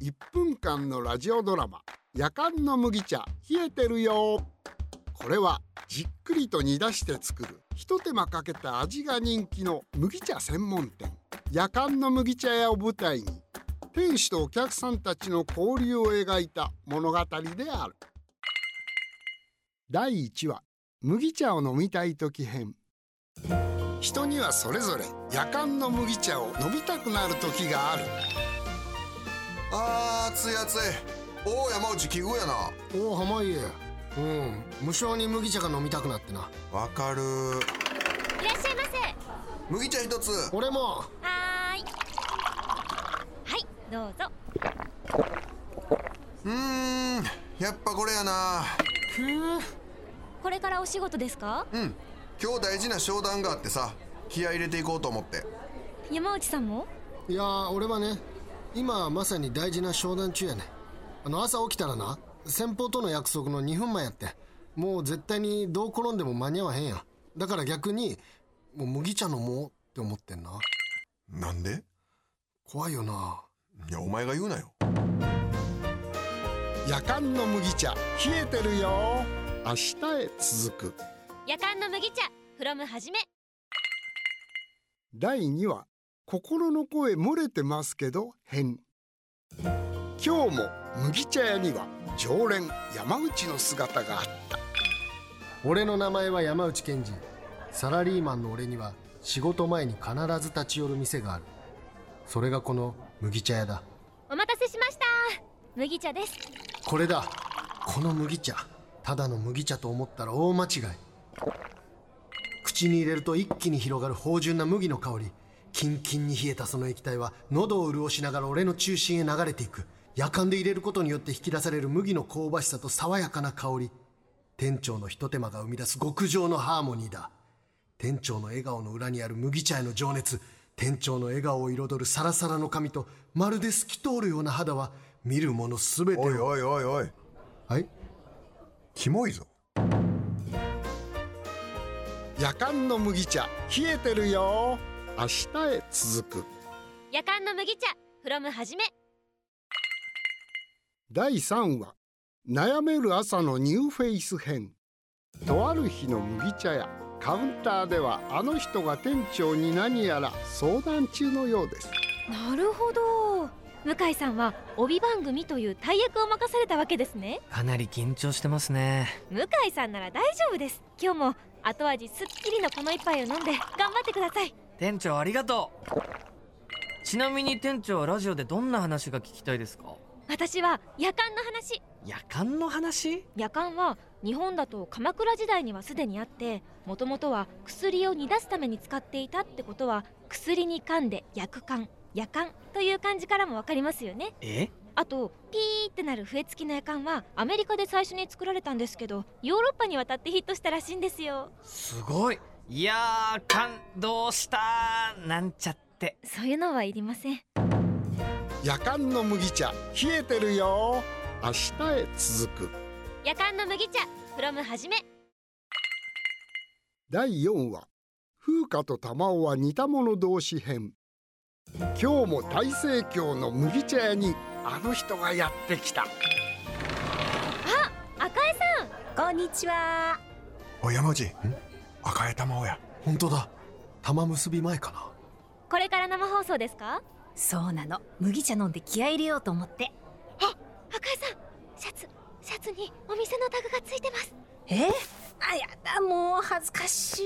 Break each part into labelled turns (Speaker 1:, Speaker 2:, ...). Speaker 1: 1分間のラジオドラマ「やかんの麦茶冷えてるよ」これはじっくりと煮出して作るひと手間かけた味が人気の麦茶専門店やかんの麦茶屋を舞台に店主とお客さんたちの交流を描いた物語である第1話「麦茶を飲みたい時編」人にはそれぞれ夜間の麦茶を飲みたくなる時がある
Speaker 2: あー暑い暑いおお山内奇遇や
Speaker 3: おお濱家うん無性に麦茶が飲みたくなってな
Speaker 2: なわかる
Speaker 4: いらっしゃいませ
Speaker 2: 麦茶一つ
Speaker 3: 俺も
Speaker 4: はーいはいどうぞ
Speaker 2: うーんやっぱこれやな
Speaker 3: ふう
Speaker 4: これからお仕事ですか
Speaker 2: うん今日大事な商談があってさ気合い入れていこうと思って
Speaker 4: 山内さんも
Speaker 3: いやー俺はね今まさに大事な商談中やねあの朝起きたらな先方との約束の2分前やってもう絶対にどう転んでも間に合わへんやんだから逆にもう麦茶飲もうって思ってんな
Speaker 2: なんで
Speaker 3: 怖いよない
Speaker 2: やお前が言うなよ
Speaker 1: 夜間の麦茶冷えてるよ明日へ続く
Speaker 4: 夜間の麦茶 from はじめ
Speaker 1: 第2話心の声漏れてますけど編今日も麦茶屋には常連山内の姿があった
Speaker 3: 俺の名前は山内健二サラリーマンの俺には仕事前に必ず立ち寄る店があるそれがこの麦茶屋だ
Speaker 4: お待たせしました麦茶です
Speaker 3: これだこの麦茶ただの麦茶と思ったら大間違い口に入れると一気に広がる芳醇な麦の香りキンキンに冷えたその液体は喉を潤しながら俺の中心へ流れていく夜間で入れることによって引き出される麦の香ばしさと爽やかな香り店長のひと手間が生み出す極上のハーモニーだ店長の笑顔の裏にある麦茶への情熱店長の笑顔を透るサラサラの髪とまるで透き通るような肌は見るもの全てを
Speaker 2: おいおいおいおい
Speaker 3: はい
Speaker 2: キモいぞ
Speaker 1: 夜間の麦茶冷えてるよ明日へ続く
Speaker 4: 夜間の麦茶 from はじめ
Speaker 1: 第3話悩める朝のニューフェイス編とある日の麦茶屋カウンターではあの人が店長に何やら相談中のようです
Speaker 4: なるほど向井さんは帯番組という大役を任されたわけですね
Speaker 5: かなり緊張してますね
Speaker 4: 向井さんなら大丈夫です今日も後味すっきりのこの一杯を飲んで頑張ってください
Speaker 5: 店長ありがとうちなみに店長はラジオでどんな話が聞きたいですか
Speaker 4: 私は夜間の話
Speaker 5: 夜間の話
Speaker 4: 夜間は日本だと鎌倉時代にはすでにあってもともとは薬を煮出すために使っていたってことは薬に噛んで薬缶夜間という漢字からもわかりますよね
Speaker 5: え
Speaker 4: あとピーってなる笛付きの夜間はアメリカで最初に作られたんですけどヨーロッパに渡ってヒットしたらしいんですよ
Speaker 5: すごいいやー感動したーなんちゃって
Speaker 4: そういうのはいりません
Speaker 1: 夜間の麦茶冷えてるよ明日へ続く
Speaker 4: 夜間の麦茶 from はじめ
Speaker 1: 第4話風花と玉緒は似た者同士編今日も大盛況の麦茶屋にあの人がやってきた
Speaker 4: 赤江さんこんにちは
Speaker 2: おい山内赤江玉緒や
Speaker 3: 本当だ玉結び前かな
Speaker 4: これから生放送ですか
Speaker 6: そうなの麦茶飲んで気合い入れようと思って
Speaker 4: 赤井さんシャツシャツにお店のタグがついてます
Speaker 6: えあやだもう恥ずかしい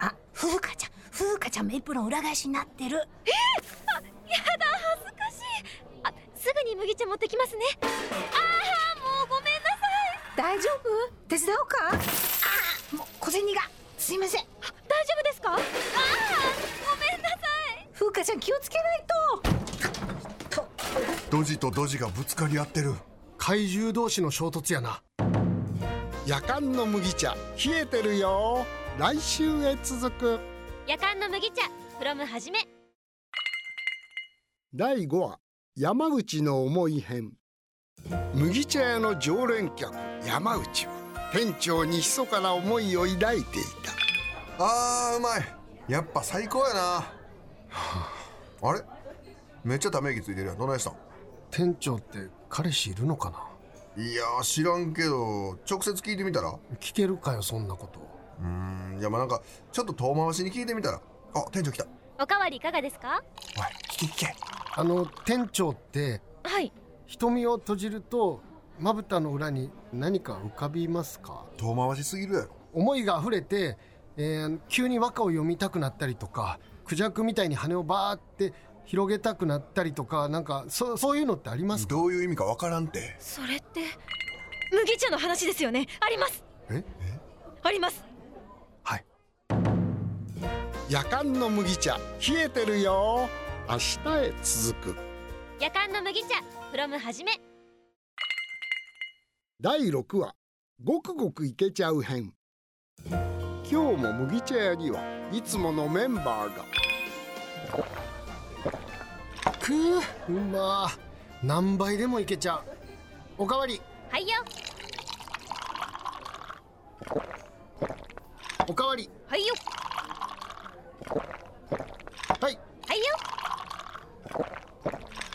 Speaker 6: あ風花ちゃん風花ちゃんメイプロン裏返しになってる
Speaker 4: やだ恥ずかしいあすぐに麦茶持ってきますねああもうごめんなさい
Speaker 6: 大丈夫手伝おうかあーもう小銭がすいません
Speaker 4: あ大丈夫ですかああごめんなさい
Speaker 6: 風花ちゃん気をつけないと
Speaker 2: ドジとドジがぶつかり合ってる
Speaker 3: 怪獣同士の衝突やな
Speaker 1: 夜間の麦茶冷えてるよ来週へ続く
Speaker 4: 夜間の麦茶 from はじめ
Speaker 1: 第5話山口の思い編麦茶屋の常連客山内は店長に密かな思いを抱いていた
Speaker 2: あーうまいやっぱ最高やなはああれめっちゃため息ついてるやんどないしたん
Speaker 3: 店長って彼氏いるのかない
Speaker 2: やー知らんけど直接聞いてみたら
Speaker 3: 聞けるかよそんなこと
Speaker 2: うーんいやまあなんかちょっと遠回しに聞いてみたらあ店長来た
Speaker 4: おかわりいかがですか
Speaker 2: おい聞け聞け
Speaker 3: あの店長って
Speaker 4: はい
Speaker 3: 瞳を閉じるとまぶたの裏に何か浮かびますか
Speaker 2: 遠回しすぎるやろ
Speaker 3: 思いが溢れて、えー急に和歌を読みたくなったりとかクジャクみたいに羽をバーって広げたくなったりとかなんかそそういうのってありますか
Speaker 2: どういう意味かわからんて
Speaker 4: それって麦茶の話ですよねあります
Speaker 3: え
Speaker 4: あります
Speaker 3: はい
Speaker 1: 夜間の麦茶冷えてるよ明日へ続く
Speaker 4: 夜間の麦茶フロムはじめ
Speaker 1: 第6話ごくごくいけちゃう編今日も麦茶屋にはいつものメンバーが
Speaker 3: くーうまー何倍でもいけちゃうおかわり
Speaker 4: はいよ
Speaker 3: おかわり
Speaker 4: はいよは
Speaker 3: はい
Speaker 4: いよ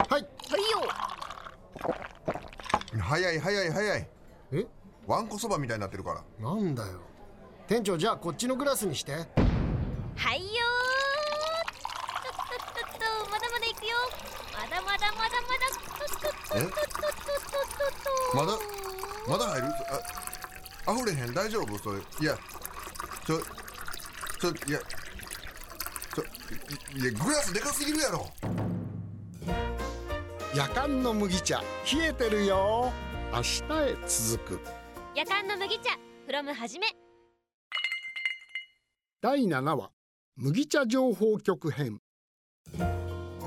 Speaker 3: は
Speaker 4: はい
Speaker 3: い
Speaker 4: よ
Speaker 2: 早い早い早い
Speaker 3: え
Speaker 2: わんこそばみたいになってるから
Speaker 3: なんだよ店長じゃあこっちのグラスにして
Speaker 4: はいよーとっとっとっとまだまだいくよまだまだまだまだとっとっとっとっとっ
Speaker 2: え
Speaker 4: とっとっと
Speaker 2: まだまだ入るあ溢れへん大丈夫それいやちょちょいやちょいいやグラスでかすぎるやろ
Speaker 1: 夜間の麦茶冷えてるよ明日へ続く
Speaker 4: 夜間の麦茶フロムはじめ
Speaker 1: 第7話麦茶情報局編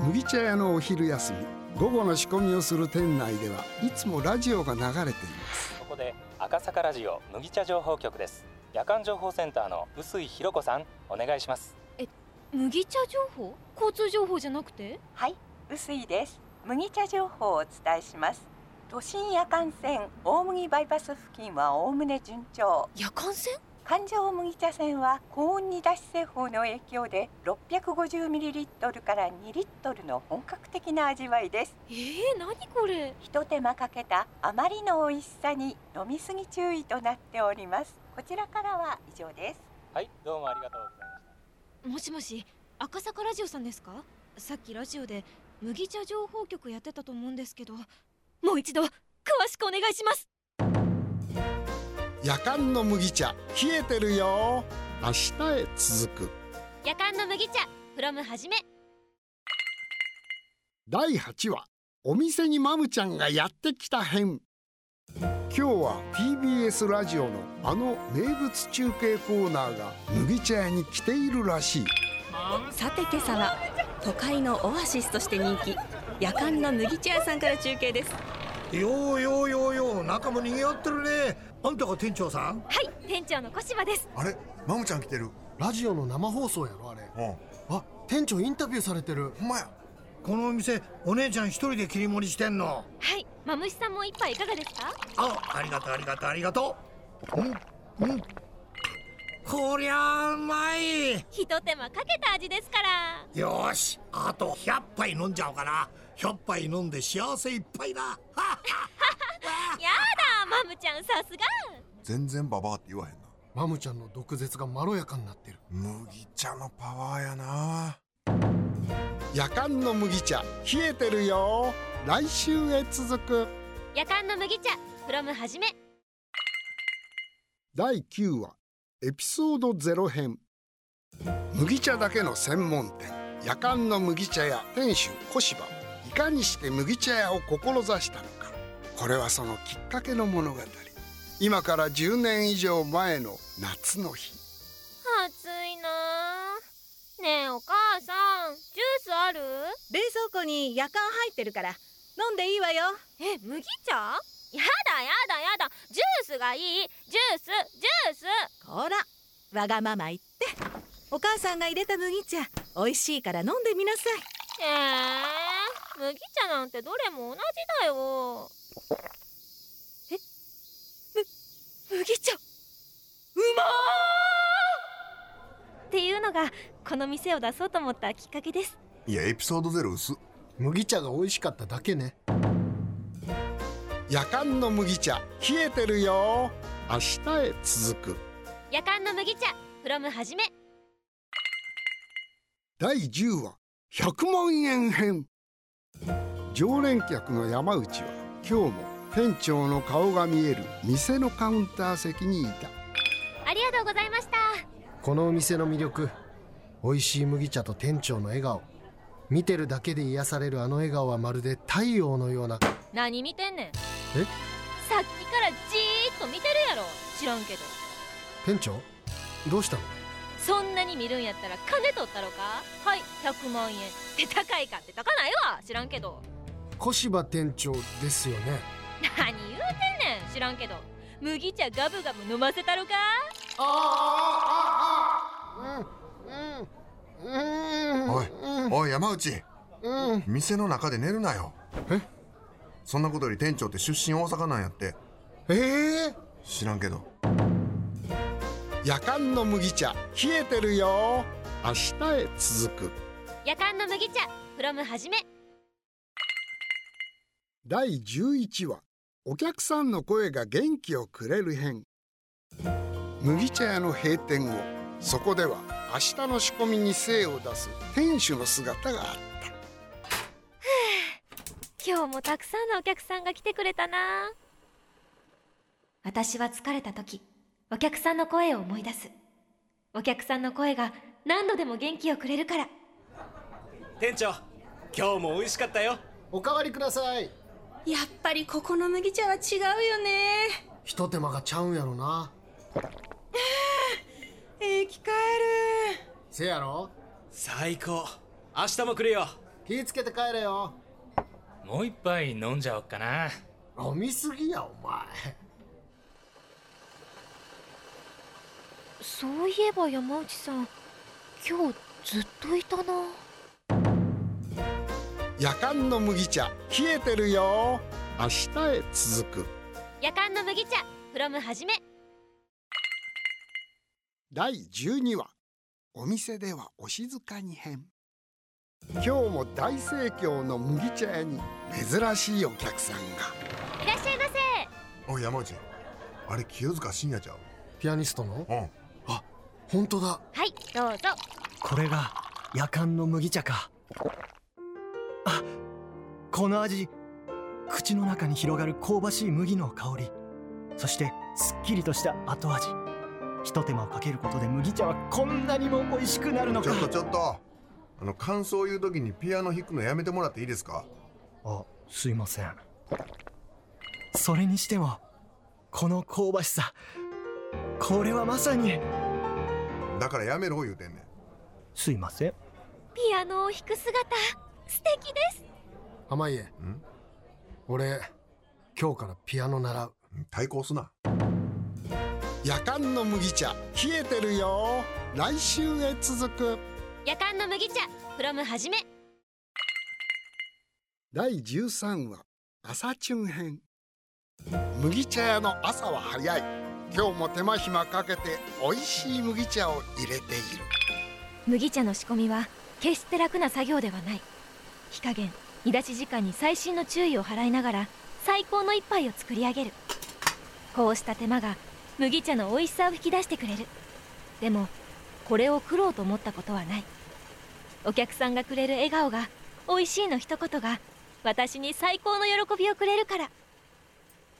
Speaker 1: 麦茶屋のお昼休み午後の仕込みをする店内ではいつもラジオが流れています
Speaker 7: ここで赤坂ラジオ麦茶情報局です夜間情報センターの臼井博子さんお願いします
Speaker 4: 麦茶情報交通情報じゃなくて
Speaker 8: はい、薄井です。麦茶情報をお伝えします。都心夜間線大麦バイパス付近はおおむね順調。
Speaker 4: 夜間線
Speaker 8: 環状麦茶線は高温煮出し製法の影響で 650ml から2リットルの本格的な味わいです。
Speaker 4: えー、何これ
Speaker 8: ひと手間かけたあまりの美味しさに飲みすぎ注意となっております。こちらからは以上です。
Speaker 7: はいどうもありがとうございました
Speaker 4: もしもし赤坂ラジオさんですかさっきラジオで麦茶情報局やってたと思うんですけどもう一度詳しくお願いします
Speaker 1: 夜間の麦茶冷えてるよ明日へ続く
Speaker 4: 夜間の麦茶フロムはじめ
Speaker 1: 第8話お店にマムちゃんがやってきた編今日は TBS ラジオのあの名物中継コーナーが麦茶屋に来ているらしい
Speaker 9: さて今朝は都会のオアシスとして人気夜間の麦茶屋さんから中継です
Speaker 10: ようようようよう中も賑わってるねあんたが店長さん
Speaker 4: はい店長の小柴です
Speaker 2: あれマムちゃん来てる
Speaker 3: ラジオの生放送やろあれ
Speaker 2: うん
Speaker 3: あ店長インタビューされてる
Speaker 2: ほんまや
Speaker 10: このお店お姉ちゃん一人で切り盛りしてんの
Speaker 4: はいマムシさんも一杯いかがですか
Speaker 10: あありがとうありがとうありがとううんうんこりゃうまい
Speaker 4: ひと手間かけた味ですから
Speaker 10: よーしあと100杯飲んじゃおうかな100杯飲んで幸せいっぱいだはっは
Speaker 4: やだマムちゃんさすが
Speaker 2: 全然ババアって言わへんな
Speaker 3: マムちゃんの毒舌がまろやかになってる
Speaker 2: 麦茶のパワーやな
Speaker 1: 夜間の麦茶冷えてるよ来週へ続く
Speaker 4: 夜間の麦茶フロムはじめ
Speaker 1: 第9話エピソード0編麦茶だけの専門店夜間の麦茶屋店主小芝いかにして麦茶屋を志したのかこれはそのきっかけの物語今から10年以上前の夏の日
Speaker 4: 暑いなあねえお母さんジュースある
Speaker 9: 冷蔵庫に夜間入ってるから飲んでいいわよ
Speaker 4: え麦茶やだやだやだジュースがいいジュースジュース
Speaker 9: こらわがまま言ってお母さんが入れた麦茶美味しいから飲んでみなさい
Speaker 4: えー、麦茶なんてどれも同じだよえむ麦茶うまーっていうのがこの店を出そうと思ったきっかけです
Speaker 2: いやエピソードゼロ薄
Speaker 3: 麦茶が美味しかっただけね
Speaker 1: 夜間の麦茶冷えてるよ明日へ続く
Speaker 4: 夜間の麦茶フロムはじめ
Speaker 1: 第10話100万円編常連客の山内は今日も店長の顔が見える店のカウンター席にいた
Speaker 4: ありがとうございました
Speaker 3: このお店の魅力美味しい麦茶と店長の笑顔見てるだけで癒されるあの笑顔はまるで太陽のような
Speaker 4: 何見てんねん
Speaker 3: え
Speaker 4: さっきからじーっと見てるやろ知らんけど
Speaker 3: 店長どうしたの
Speaker 4: そんなに見るんやったら金取ったろかはい100万円って高いかって高ないわ知らんけど
Speaker 3: 小芝店長ですよね
Speaker 4: 何言うてんねん知らんけど麦茶ガブガブ飲ませたろか
Speaker 2: おいおい山内
Speaker 3: うん
Speaker 2: 店の中で寝るなよ
Speaker 3: え
Speaker 2: そんなことより店長って出身大阪なんやって
Speaker 3: ええ
Speaker 2: 知らんけど
Speaker 1: 夜間の麦茶冷えてるよ明日へ続く
Speaker 4: 夜間の麦茶フロムはじめ
Speaker 1: 第11話お客さんの声が元気をくれる編麦茶屋の閉店後そこでは明日の仕込みに精を出す店主の姿があった
Speaker 4: 今日もたくさんのお客さんが来てくれたな私は疲れた時お客さんの声を思い出すお客さんの声が何度でも元気をくれるから
Speaker 11: 店長今日も美味しかったよ
Speaker 3: おかわりください
Speaker 9: やっぱりここの麦茶は違うよね
Speaker 3: ひと手間がちゃうんやろな
Speaker 11: 生き返る
Speaker 3: せやろ
Speaker 11: 最高明日も来るよ
Speaker 3: 気つけて帰れよ
Speaker 7: もう一杯飲んじゃおっかな
Speaker 3: 飲みすぎやお前
Speaker 4: そういえば山内さん今日ずっといたな
Speaker 1: 夜間の麦茶冷えてるよ明日へ続く
Speaker 4: 夜間の麦茶フロムはじめ
Speaker 1: 第12話お店ではお静かに編今日も大盛況の麦茶屋に珍しいお客さんが
Speaker 4: いらっしゃいませ
Speaker 2: おい山内あれ清塚信也ちゃう
Speaker 3: ピアニストの
Speaker 2: うん
Speaker 3: あ本当だ
Speaker 4: はいどうぞ
Speaker 12: これが夜間の麦茶かあこの味口の中に広がる香ばしい麦の香りそしてすっきりとした後味ひと手間をかけることで麦茶はこんなにも美味しくなるのか
Speaker 2: ちょっとちょっとあの感想を言う時にピアノ弾くのやめてもらっていいですか
Speaker 12: あすいませんそれにしてもこの香ばしさこれはまさに
Speaker 2: だからやめろ言うてんねん
Speaker 12: すいません
Speaker 4: ピアノを弾く姿素敵です
Speaker 3: 濱家俺今日からピアノ習う
Speaker 2: 対抗すな
Speaker 1: 夜間の麦茶冷えてるよ来週へ続く
Speaker 4: 夜間の麦茶フロムはじめ
Speaker 1: 第13話朝チュン編麦茶屋の朝は早い今日も手間暇かけて美味しい麦茶を入れている
Speaker 4: 麦茶の仕込みは決して楽な作業ではない火加減煮出し時間に細心の注意を払いながら最高の一杯を作り上げるこうした手間が麦茶の美味しさを引き出してくれるでもこれを苦労と思ったことはないお客さんがくれる笑顔が美味しいの一言が私に最高の喜びをくれるから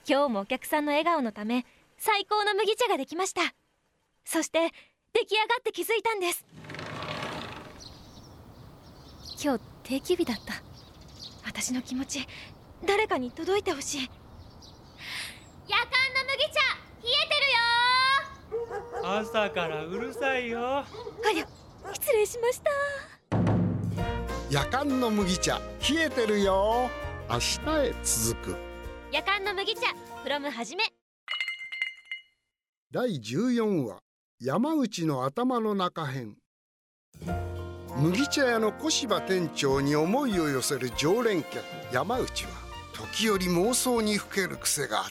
Speaker 4: 今日もお客さんの笑顔のため最高の麦茶ができましたそして出来上がって気づいたんです今日定休日だった私の気持ち誰かに届いてほしい夜間の麦茶冷えてるよ
Speaker 11: 朝からうるさいよ
Speaker 4: ありゃ失礼しました
Speaker 1: 夜間の麦茶冷えてるよ明日へ続く
Speaker 4: 夜間の麦茶フロムはじめ
Speaker 1: 第14話山内の頭の中編麦茶屋の小芝店長に思いを寄せる常連客山内は時折妄想にふける癖があった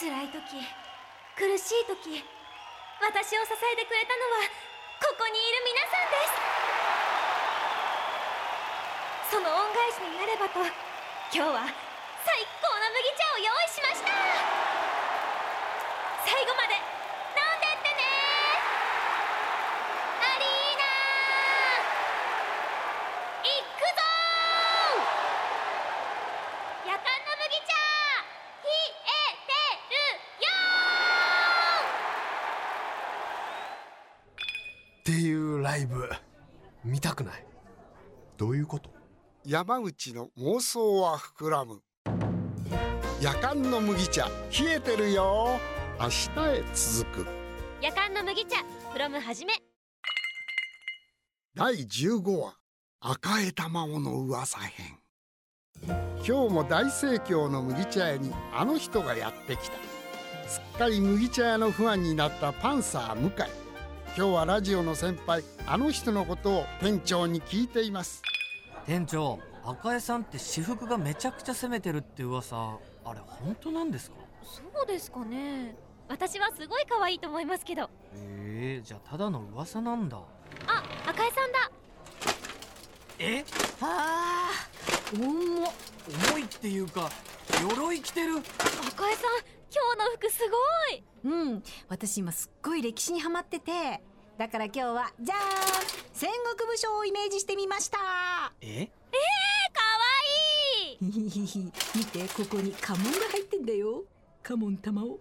Speaker 4: 辛い時苦しい時私を支えてくれたのはここにいる皆さんですその恩返しになればと今日は最高の麦茶を用意しました最後まで飲んでってねアリーナ行くぞ夜間の麦茶冷えてるよ
Speaker 3: っていうライブ見たくない
Speaker 1: どういうこと山内の妄想は膨らむ夜間の麦茶冷えてるよ明日へ続く
Speaker 4: 夜間の麦茶 from はじめ
Speaker 1: 第15話赤江玉緒の噂編今日も大盛況の麦茶屋にあの人がやってきたすっかり麦茶屋のファンになったパンサー向井今日はラジオの先輩あの人のことを店長に聞いています
Speaker 5: 店長赤江さんって私服がめちゃくちゃ攻めてるって噂あれ本当なんですか
Speaker 4: そうですかね私はすごい可愛いと思いますけど
Speaker 5: えー、じゃあただの噂なんだ
Speaker 4: あ赤江さんだ
Speaker 5: え
Speaker 4: あ
Speaker 5: 重っ重いっていうか鎧着てる
Speaker 4: 赤江さん今日の服すごい
Speaker 6: うん私今すっごい歴史にハマっててだから今日はじゃーん戦国武将をイメージしてみました
Speaker 5: え
Speaker 4: えー、かわいい
Speaker 6: 見てここに家紋が入ってんだよ家紋玉を
Speaker 4: あおし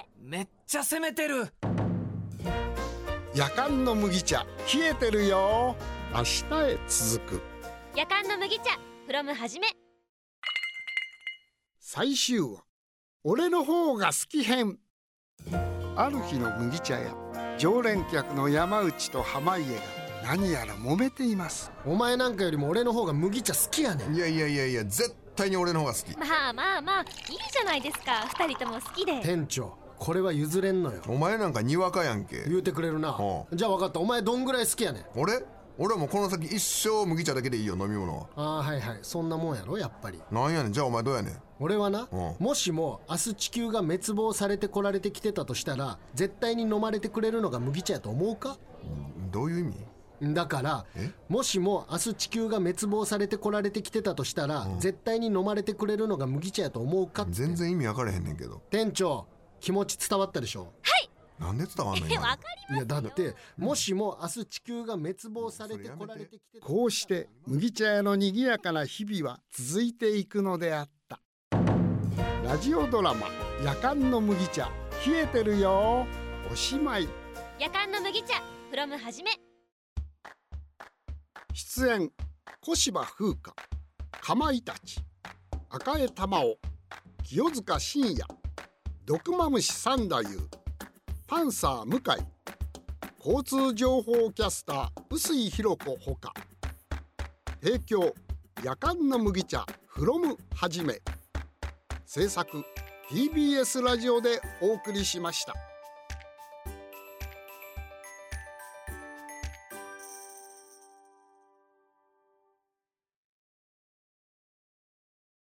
Speaker 4: ゃれ
Speaker 5: めっちゃ攻めてる
Speaker 1: 夜間の麦茶冷えてるよ明日へ続く
Speaker 4: 夜間の麦茶 from はじめ
Speaker 1: 最終話俺の方が好き編ある日の麦茶屋常連客の山内と濱家が何やら揉めています
Speaker 3: お前なんかよりも俺の方が麦茶好きやねん
Speaker 2: いやいやいやいや絶対に俺の方が好き
Speaker 4: まあまあまあいいじゃないですか二人とも好きで
Speaker 3: 店長これは譲れんのよ
Speaker 2: お前なんかにわかやんけ
Speaker 3: 言うてくれるなじゃあ分かったお前どんぐらい好きやねん
Speaker 2: 俺俺はもうこの先一生麦茶だけでいいよ飲み物は
Speaker 3: ああはいはいそんなもんやろやっぱり
Speaker 2: なんやねんじゃあお前どうやねん
Speaker 3: 俺はな、もしも明日地球が滅亡されてこられてきてたとしたら絶対に飲まれてくれるのが麦茶やと思うか
Speaker 2: どういう意
Speaker 3: 味だからもしも明日地球が滅亡されてこられてきてたとしたら、絶対に飲まれてくれるのが麦茶やと思うかって
Speaker 2: 全然意味分からへんねんけど
Speaker 3: 店長気持ち伝わったでしょ
Speaker 4: はい
Speaker 2: なんで伝わんの
Speaker 4: えわか
Speaker 3: いやだってもしも明日地球が滅亡されてこられてきて
Speaker 1: こうして麦茶屋の賑やかな日々は続いていくのであったラジオドラマ「夜間の麦茶冷えてるよ」おしまい
Speaker 4: 夜間の麦茶 from はじめ
Speaker 1: 出演小芝風花かまいたち赤江玉緒清塚信也毒マムシ三太夫パンサー向井交通情報キャスター臼井弘子ほか提供夜間の麦茶 from はじめ制作 TBS ラジオでお送りしました。